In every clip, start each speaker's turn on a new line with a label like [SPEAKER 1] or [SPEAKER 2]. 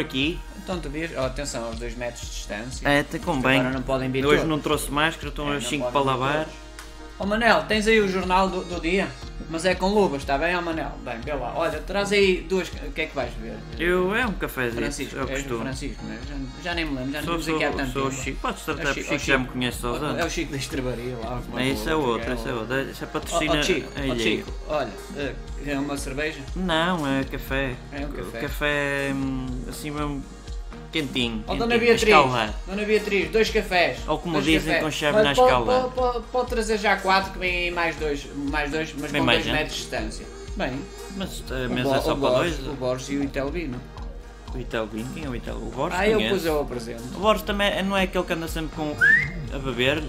[SPEAKER 1] aqui.
[SPEAKER 2] Então tu vês, oh, atenção, aos 2 metros de distância.
[SPEAKER 1] É, até convém.
[SPEAKER 2] Agora não podem vir
[SPEAKER 1] Hoje
[SPEAKER 2] todos.
[SPEAKER 1] não trouxe máscara, estão
[SPEAKER 2] É,
[SPEAKER 1] as
[SPEAKER 2] não
[SPEAKER 1] 5
[SPEAKER 2] podem
[SPEAKER 1] para
[SPEAKER 2] vir
[SPEAKER 1] lavar.
[SPEAKER 2] todos. Ó Manel, tens aí o jornal do, do dia? Mas é com luvas, está bem, ó Manel? Bem, vê lá. Olha, traz aí duas. O que é que vais ver?
[SPEAKER 1] Eu é um cafezinho,
[SPEAKER 2] Francisco,
[SPEAKER 1] é o
[SPEAKER 2] és o
[SPEAKER 1] costume.
[SPEAKER 2] Francisco, né? já, já nem me lembro, já não
[SPEAKER 1] Sou,
[SPEAKER 2] estamos aqui há
[SPEAKER 1] sou,
[SPEAKER 2] tanto
[SPEAKER 1] sou o
[SPEAKER 2] tempo.
[SPEAKER 1] Chico, podes tratar
[SPEAKER 2] É o
[SPEAKER 1] por
[SPEAKER 2] Chico,
[SPEAKER 1] Chico, já me conheces aos
[SPEAKER 2] É o
[SPEAKER 1] anos.
[SPEAKER 2] Chico da Estrebaria lá. uma
[SPEAKER 1] É isso é
[SPEAKER 2] boa,
[SPEAKER 1] outro,
[SPEAKER 2] é
[SPEAKER 1] esse é outro. Esse é
[SPEAKER 2] Ó, ó,
[SPEAKER 1] patrocina.
[SPEAKER 2] Chico, ó,
[SPEAKER 1] alheio.
[SPEAKER 2] Chico, olha, eh, é uma cerveja?
[SPEAKER 1] Não, é café.
[SPEAKER 2] É um
[SPEAKER 1] C-
[SPEAKER 2] café.
[SPEAKER 1] hum, assim mesmo quentinho.
[SPEAKER 2] Ó
[SPEAKER 1] quentinho,
[SPEAKER 2] Dona Beatriz,
[SPEAKER 1] escaldado.
[SPEAKER 2] Dona Beatriz, dois cafés.
[SPEAKER 1] Ou como
[SPEAKER 2] dois
[SPEAKER 1] dizem,
[SPEAKER 2] cafés.
[SPEAKER 1] com chave
[SPEAKER 2] Mas
[SPEAKER 1] na
[SPEAKER 2] pode-
[SPEAKER 1] escala.
[SPEAKER 2] pode- Pode pode trazer já quatro, que vem aí mais dois, mais dois mas
[SPEAKER 1] Vem
[SPEAKER 2] com
[SPEAKER 1] mais
[SPEAKER 2] dois
[SPEAKER 1] gente?
[SPEAKER 2] metros de distância. Bem,
[SPEAKER 1] Mas a
[SPEAKER 2] o,
[SPEAKER 1] mesa
[SPEAKER 2] Bo-
[SPEAKER 1] é só
[SPEAKER 2] o
[SPEAKER 1] para
[SPEAKER 2] Borges,
[SPEAKER 1] dois?
[SPEAKER 2] o Borges e o Itelvino.
[SPEAKER 1] O Itaubin? Quem é o Itaubin? O Borges?
[SPEAKER 2] Ah, eu
[SPEAKER 1] conhece.
[SPEAKER 2] pus eu apresento.
[SPEAKER 1] O Borges também é- não é aquele que anda sempre com... a beber?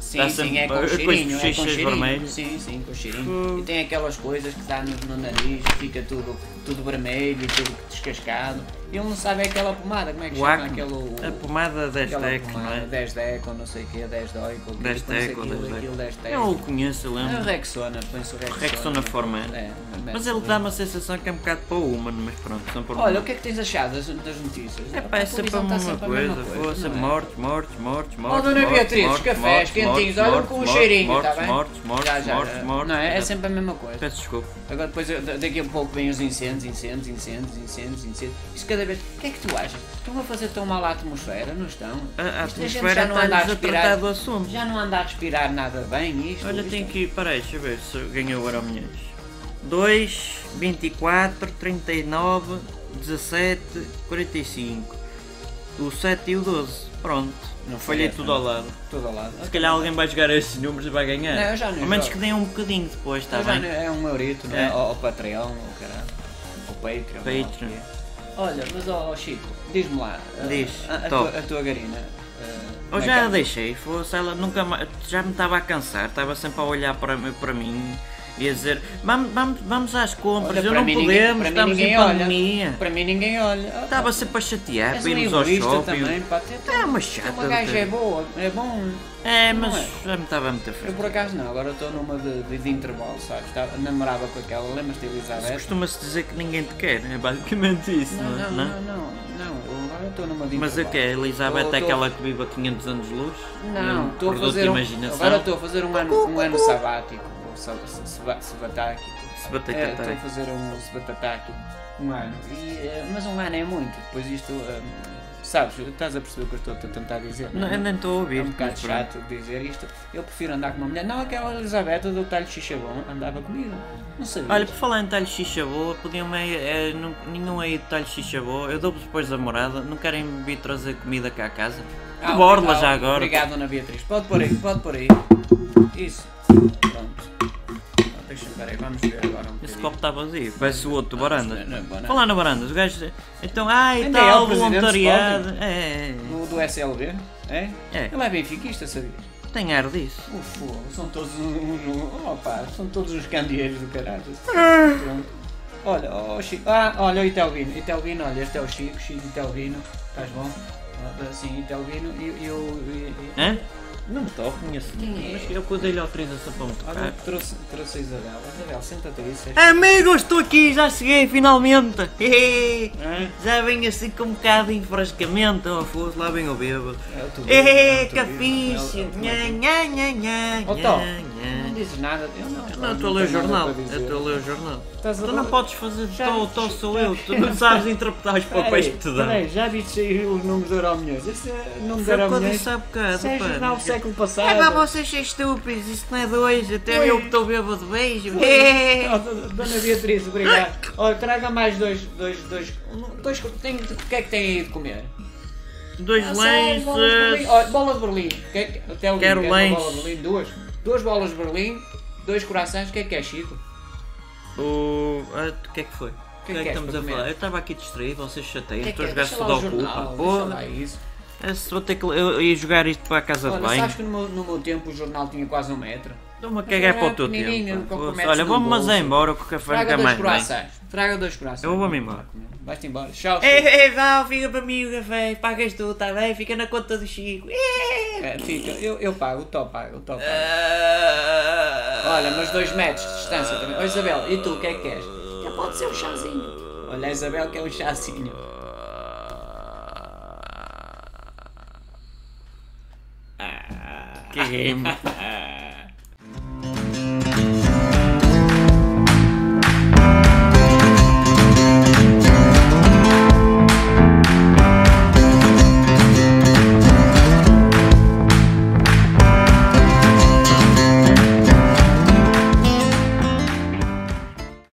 [SPEAKER 2] Sim,
[SPEAKER 1] Dá
[SPEAKER 2] sim,
[SPEAKER 1] sempre-
[SPEAKER 2] é com
[SPEAKER 1] com
[SPEAKER 2] o
[SPEAKER 1] os
[SPEAKER 2] cheirinho, é com o
[SPEAKER 1] bochechas
[SPEAKER 2] cheirinho.
[SPEAKER 1] vermelhas.
[SPEAKER 2] Sim, sim, com o cheirinho. E tem aquelas coisas que dá no, no nariz, fica tudo, tudo vermelho, e tudo descascado. E ele não sabe é aquela pomada, como é que
[SPEAKER 1] O
[SPEAKER 2] chama?
[SPEAKER 1] acne.
[SPEAKER 2] Aquele-
[SPEAKER 1] A pomada da
[SPEAKER 2] Aquela
[SPEAKER 1] Estec, não
[SPEAKER 2] pomada,
[SPEAKER 1] é?
[SPEAKER 2] 10 deco, não sei o quê, 10 doico,
[SPEAKER 1] 10 deco, 10
[SPEAKER 2] aquilo,
[SPEAKER 1] deco. um
[SPEAKER 2] aquilo, 10 deco.
[SPEAKER 1] Eu o conheço, eu
[SPEAKER 2] É o
[SPEAKER 1] lembro.
[SPEAKER 2] Rexona, põe-se o Rexona.
[SPEAKER 1] Rexona forma.
[SPEAKER 2] É,
[SPEAKER 1] Mas ele dá uma sensação que é um bocado para o humano, mas pronto, são por
[SPEAKER 2] Olha, o que é que tens achado das, das notícias?
[SPEAKER 1] É
[SPEAKER 2] A
[SPEAKER 1] pá, é sempre a
[SPEAKER 2] televisão
[SPEAKER 1] mesma
[SPEAKER 2] tá a mesma
[SPEAKER 1] coisa, força,
[SPEAKER 2] não é?
[SPEAKER 1] mortes, mortes, mortes,
[SPEAKER 2] Ó,
[SPEAKER 1] mortes.
[SPEAKER 2] Dona
[SPEAKER 1] mortes,
[SPEAKER 2] Beatriz, os
[SPEAKER 1] mortes,
[SPEAKER 2] cafés
[SPEAKER 1] mortes,
[SPEAKER 2] quentinhos,
[SPEAKER 1] mortes,
[SPEAKER 2] olham com um
[SPEAKER 1] mortes,
[SPEAKER 2] cheirinho,
[SPEAKER 1] mortes,
[SPEAKER 2] tá bem?
[SPEAKER 1] Mortes, mortes,
[SPEAKER 2] Já, já,
[SPEAKER 1] mortes,
[SPEAKER 2] já.
[SPEAKER 1] mortes.
[SPEAKER 2] Não, é, é
[SPEAKER 1] mortes.
[SPEAKER 2] sempre a mesma coisa.
[SPEAKER 1] Peço desculpa.
[SPEAKER 2] Agora depois, eu- da- daqui a pouco vem os incêndios, incêndios, incêndios, incêndios, incêndios. Isso cada vez... O que é que tu achas? Estão a fazer tão mal à atmosfera, não estão?
[SPEAKER 1] A- A
[SPEAKER 2] Isto gente
[SPEAKER 1] atmosfera
[SPEAKER 2] já não anda a
[SPEAKER 1] está-nos a
[SPEAKER 2] respirar.
[SPEAKER 1] tratar do assunto.
[SPEAKER 2] Já não anda a respirar nada bem isto?
[SPEAKER 1] Olha,
[SPEAKER 2] isto-
[SPEAKER 1] tem que ir, peraí, deixa eu ver se eu ganhei o Euromilhões. 2, 24, 39, 17, 45. O 7 e o 12. Pronto.
[SPEAKER 2] Não
[SPEAKER 1] Falhei
[SPEAKER 2] foi,
[SPEAKER 1] tudo
[SPEAKER 2] não.
[SPEAKER 1] ao lado.
[SPEAKER 2] Todo ao lado.
[SPEAKER 1] Se calhar alguém vai jogar esses números e vai ganhar.
[SPEAKER 2] Não, eu já não
[SPEAKER 1] Ao menos
[SPEAKER 2] jogo.
[SPEAKER 1] que deem um bocadinho depois, está
[SPEAKER 2] Eu já não-
[SPEAKER 1] bem?
[SPEAKER 2] é um eurito, não é?
[SPEAKER 1] É.
[SPEAKER 2] Ou, ou Patreon, ou caralho. Ou Patreon. ou o que
[SPEAKER 1] Patreon.
[SPEAKER 2] é. Olha, mas ó ó, Chico, diz-me lá. a-
[SPEAKER 1] Diz,
[SPEAKER 2] A, a
[SPEAKER 1] top.
[SPEAKER 2] tua, a tua garina. eh,
[SPEAKER 1] Eu
[SPEAKER 2] é
[SPEAKER 1] já a deixei, fosse ela nunca mais, já me estava a cansar, estava sempre a olhar para, mi- para mim e a dizer vamos, vamos, vamos às compras, eu não podemos, estamos em pandemia.
[SPEAKER 2] Olha. Para mim ninguém olha.
[SPEAKER 1] Estava sempre a chatear
[SPEAKER 2] És
[SPEAKER 1] para
[SPEAKER 2] um
[SPEAKER 1] irmos ao
[SPEAKER 2] egoísta
[SPEAKER 1] shopping.
[SPEAKER 2] também, pá. Tem- tem-
[SPEAKER 1] É uma
[SPEAKER 2] tem
[SPEAKER 1] chata.
[SPEAKER 2] Uma gaja
[SPEAKER 1] doutor.
[SPEAKER 2] é boa, é bom.
[SPEAKER 1] É,
[SPEAKER 2] Não
[SPEAKER 1] mas
[SPEAKER 2] é?
[SPEAKER 1] já me estava muito
[SPEAKER 2] Eu
[SPEAKER 1] feio.
[SPEAKER 2] por acaso não, agora estou numa de, de- de intervalo, sabes? Tava- namorava com aquela, lembras-te de Elizabeth?
[SPEAKER 1] Costuma-se dizer que ninguém te quer, é basicamente isso,
[SPEAKER 2] É. Não,
[SPEAKER 1] não, é?
[SPEAKER 2] não,
[SPEAKER 1] Não?
[SPEAKER 2] não, não, não, eu agora estou numa de
[SPEAKER 1] Mas o
[SPEAKER 2] intervalo.
[SPEAKER 1] que é? Elizabeth
[SPEAKER 2] Tô-
[SPEAKER 1] é
[SPEAKER 2] tô-
[SPEAKER 1] aquela que vive a 500 anos de luz?
[SPEAKER 2] Não,
[SPEAKER 1] Um
[SPEAKER 2] estou a
[SPEAKER 1] produto
[SPEAKER 2] fazer.
[SPEAKER 1] de
[SPEAKER 2] um-
[SPEAKER 1] imaginação?
[SPEAKER 2] Agora estou a fazer um ano, um ano sabático. Ou sa- sa- seba- sabatáquico.
[SPEAKER 1] Se
[SPEAKER 2] É,
[SPEAKER 1] bater
[SPEAKER 2] Estou a fazer um sabatatáquico. Um ano. E, eh, mas um ano é muito. Depois isto. eh, sabes, estás a perceber o que eu estou a tentar dizer?
[SPEAKER 1] Não, eu nem estou a ouvir.
[SPEAKER 2] É um bocado
[SPEAKER 1] mas pronto.
[SPEAKER 2] chato dizer isto. Eu prefiro andar com uma mulher. Não, aquela Elizabeth do talho xixabão andava comigo. Não sabia.
[SPEAKER 1] Olha, por falar em talho xixa boa, podiam é, é, nu- nenhum aí de talho xixa boa, eu dou-vos depois a morada, não querem vir trazer comida cá a casa? de
[SPEAKER 2] Ah,
[SPEAKER 1] borla
[SPEAKER 2] obrigado,
[SPEAKER 1] já agora.
[SPEAKER 2] Obrigado, Ana Beatriz. Pode por aí, pode por aí. Isso. Pronto. Ah, Deixa-me, peraí, vamos ver agora um
[SPEAKER 1] Esse
[SPEAKER 2] bocadinho.
[SPEAKER 1] copo está vazio, vai-se o outro,
[SPEAKER 2] Não,
[SPEAKER 1] baranda.
[SPEAKER 2] não é boa, não.
[SPEAKER 1] Falar na baranda, os gajos. Então, ai,
[SPEAKER 2] Ainda é
[SPEAKER 1] tal,
[SPEAKER 2] o presidente do
[SPEAKER 1] voluntariado. É,
[SPEAKER 2] Do, do SLB, é?
[SPEAKER 1] É.
[SPEAKER 2] Ele é benfiquista, sabias?
[SPEAKER 1] tem ar disso.
[SPEAKER 2] O fogo, são todos uns... um- Oh, pá, são todos uns candeeiros do caralho. Pronto. Olha, ó Chico. Ah, olha o Itelvino. Itelvino, olha, este é o Chico, Chico Itelvino. Estás bom? Ah, Sim, Itelvino e e eu... e- e-
[SPEAKER 1] Hã? Não me Ah. estou a reconhecer.
[SPEAKER 2] Quem é?
[SPEAKER 1] Mas eu que eu dei-lhe autorização para me
[SPEAKER 2] Olha,
[SPEAKER 1] tocar.
[SPEAKER 2] trouxe, trouxe a Isabel. Isabel, senta-te aí, seja...
[SPEAKER 1] Amigos, estou aqui, já cheguei finalmente! Hehe.
[SPEAKER 2] Hã?
[SPEAKER 1] Já venho assim com um bocado de enfrascamento, ó foda-se, lá vem o bêbado.
[SPEAKER 2] É o teu
[SPEAKER 1] É,
[SPEAKER 2] livro, é o teu livro.
[SPEAKER 1] cafiche!
[SPEAKER 2] É o- é o teu
[SPEAKER 1] Nha,
[SPEAKER 2] livro.
[SPEAKER 1] nha, nha, nha,
[SPEAKER 2] Ó,
[SPEAKER 1] nha,
[SPEAKER 2] Tó,
[SPEAKER 1] nha.
[SPEAKER 2] Não dizes nada. Eu não,
[SPEAKER 1] Não, eu estou a
[SPEAKER 2] não
[SPEAKER 1] ler o
[SPEAKER 2] tenho
[SPEAKER 1] jornal.
[SPEAKER 2] nada para dizer.
[SPEAKER 1] Eu estou a ler o jornal.
[SPEAKER 2] Estás a
[SPEAKER 1] Tu não
[SPEAKER 2] ler-
[SPEAKER 1] podes fazer de
[SPEAKER 2] Já-
[SPEAKER 1] Tó, o Tó sou
[SPEAKER 2] já-
[SPEAKER 1] eu. Tu não sabes interpretar os papéis que te dão.
[SPEAKER 2] Peraí, já viste aí os números do Euromilhões? Esse é
[SPEAKER 1] Foi um
[SPEAKER 2] nome do
[SPEAKER 1] o que eu
[SPEAKER 2] Euromilhões.
[SPEAKER 1] disse há bocado,
[SPEAKER 2] Isso é
[SPEAKER 1] pá.
[SPEAKER 2] jornal do século passado.
[SPEAKER 1] É para vocês ser estúpidos, isso não é dois, até
[SPEAKER 2] Ui.
[SPEAKER 1] eu que estou bêbado beijo.
[SPEAKER 2] Oh, do- Dona Beatriz, obrigado. Olha, traga mais dois, dois, dois, um, dois, tem, o que é que tem aí de comer?
[SPEAKER 1] Dois eh,
[SPEAKER 2] Ah, só bolas de Berlim.
[SPEAKER 1] lances.
[SPEAKER 2] Olha, bola de Berlim. O que é que- até o
[SPEAKER 1] Quero
[SPEAKER 2] Lino quer uma
[SPEAKER 1] lanches.
[SPEAKER 2] bola de Berlim, duas. Duas bolas de Berlim, dois corações, o que é que é, Chico?
[SPEAKER 1] O. ah, O que é que foi? O que é que
[SPEAKER 2] queres
[SPEAKER 1] estamos
[SPEAKER 2] para
[SPEAKER 1] a
[SPEAKER 2] comer?
[SPEAKER 1] falar? Eu estava aqui distraído, vocês chateiam,
[SPEAKER 2] O
[SPEAKER 1] estou a
[SPEAKER 2] é?
[SPEAKER 1] jogar
[SPEAKER 2] Deixa lá o
[SPEAKER 1] Sudoku, pá.
[SPEAKER 2] jornal, deixa lá
[SPEAKER 1] Porra,
[SPEAKER 2] isso.
[SPEAKER 1] esse Eh, vou ter que. Eu ia jogar isto para a casa de
[SPEAKER 2] Olha,
[SPEAKER 1] banho.
[SPEAKER 2] sabes que no meu, no meu tempo o jornal tinha quase um metro?
[SPEAKER 1] Estou-me a cagar
[SPEAKER 2] Era
[SPEAKER 1] para o teu
[SPEAKER 2] pequenininho,
[SPEAKER 1] tempo.
[SPEAKER 2] com
[SPEAKER 1] Poxa,
[SPEAKER 2] cometes
[SPEAKER 1] Olha,
[SPEAKER 2] no
[SPEAKER 1] vamos mas é
[SPEAKER 2] bolso.
[SPEAKER 1] embora, que o café
[SPEAKER 2] Traga
[SPEAKER 1] nunca
[SPEAKER 2] dois
[SPEAKER 1] mais vem.
[SPEAKER 2] croissants. Traga dois croissants.
[SPEAKER 1] Eu vou-me embora.
[SPEAKER 2] Vais-te embora. Tchau, Chico.
[SPEAKER 1] Ei, ei, não, Eh, fica para mim o café, pagas tu, está bem? Fica na conta do Chico. Eh.
[SPEAKER 2] É, fica. Eu, eu pago, o top pago, o top pago.
[SPEAKER 1] Ah.
[SPEAKER 2] Olha, mas dois metros de distância também. Ó Isabel, e tu, o que é que queres? Já pode ser um chazinho. Olha, a Isabel quer um chazinho.
[SPEAKER 1] Caguei-me.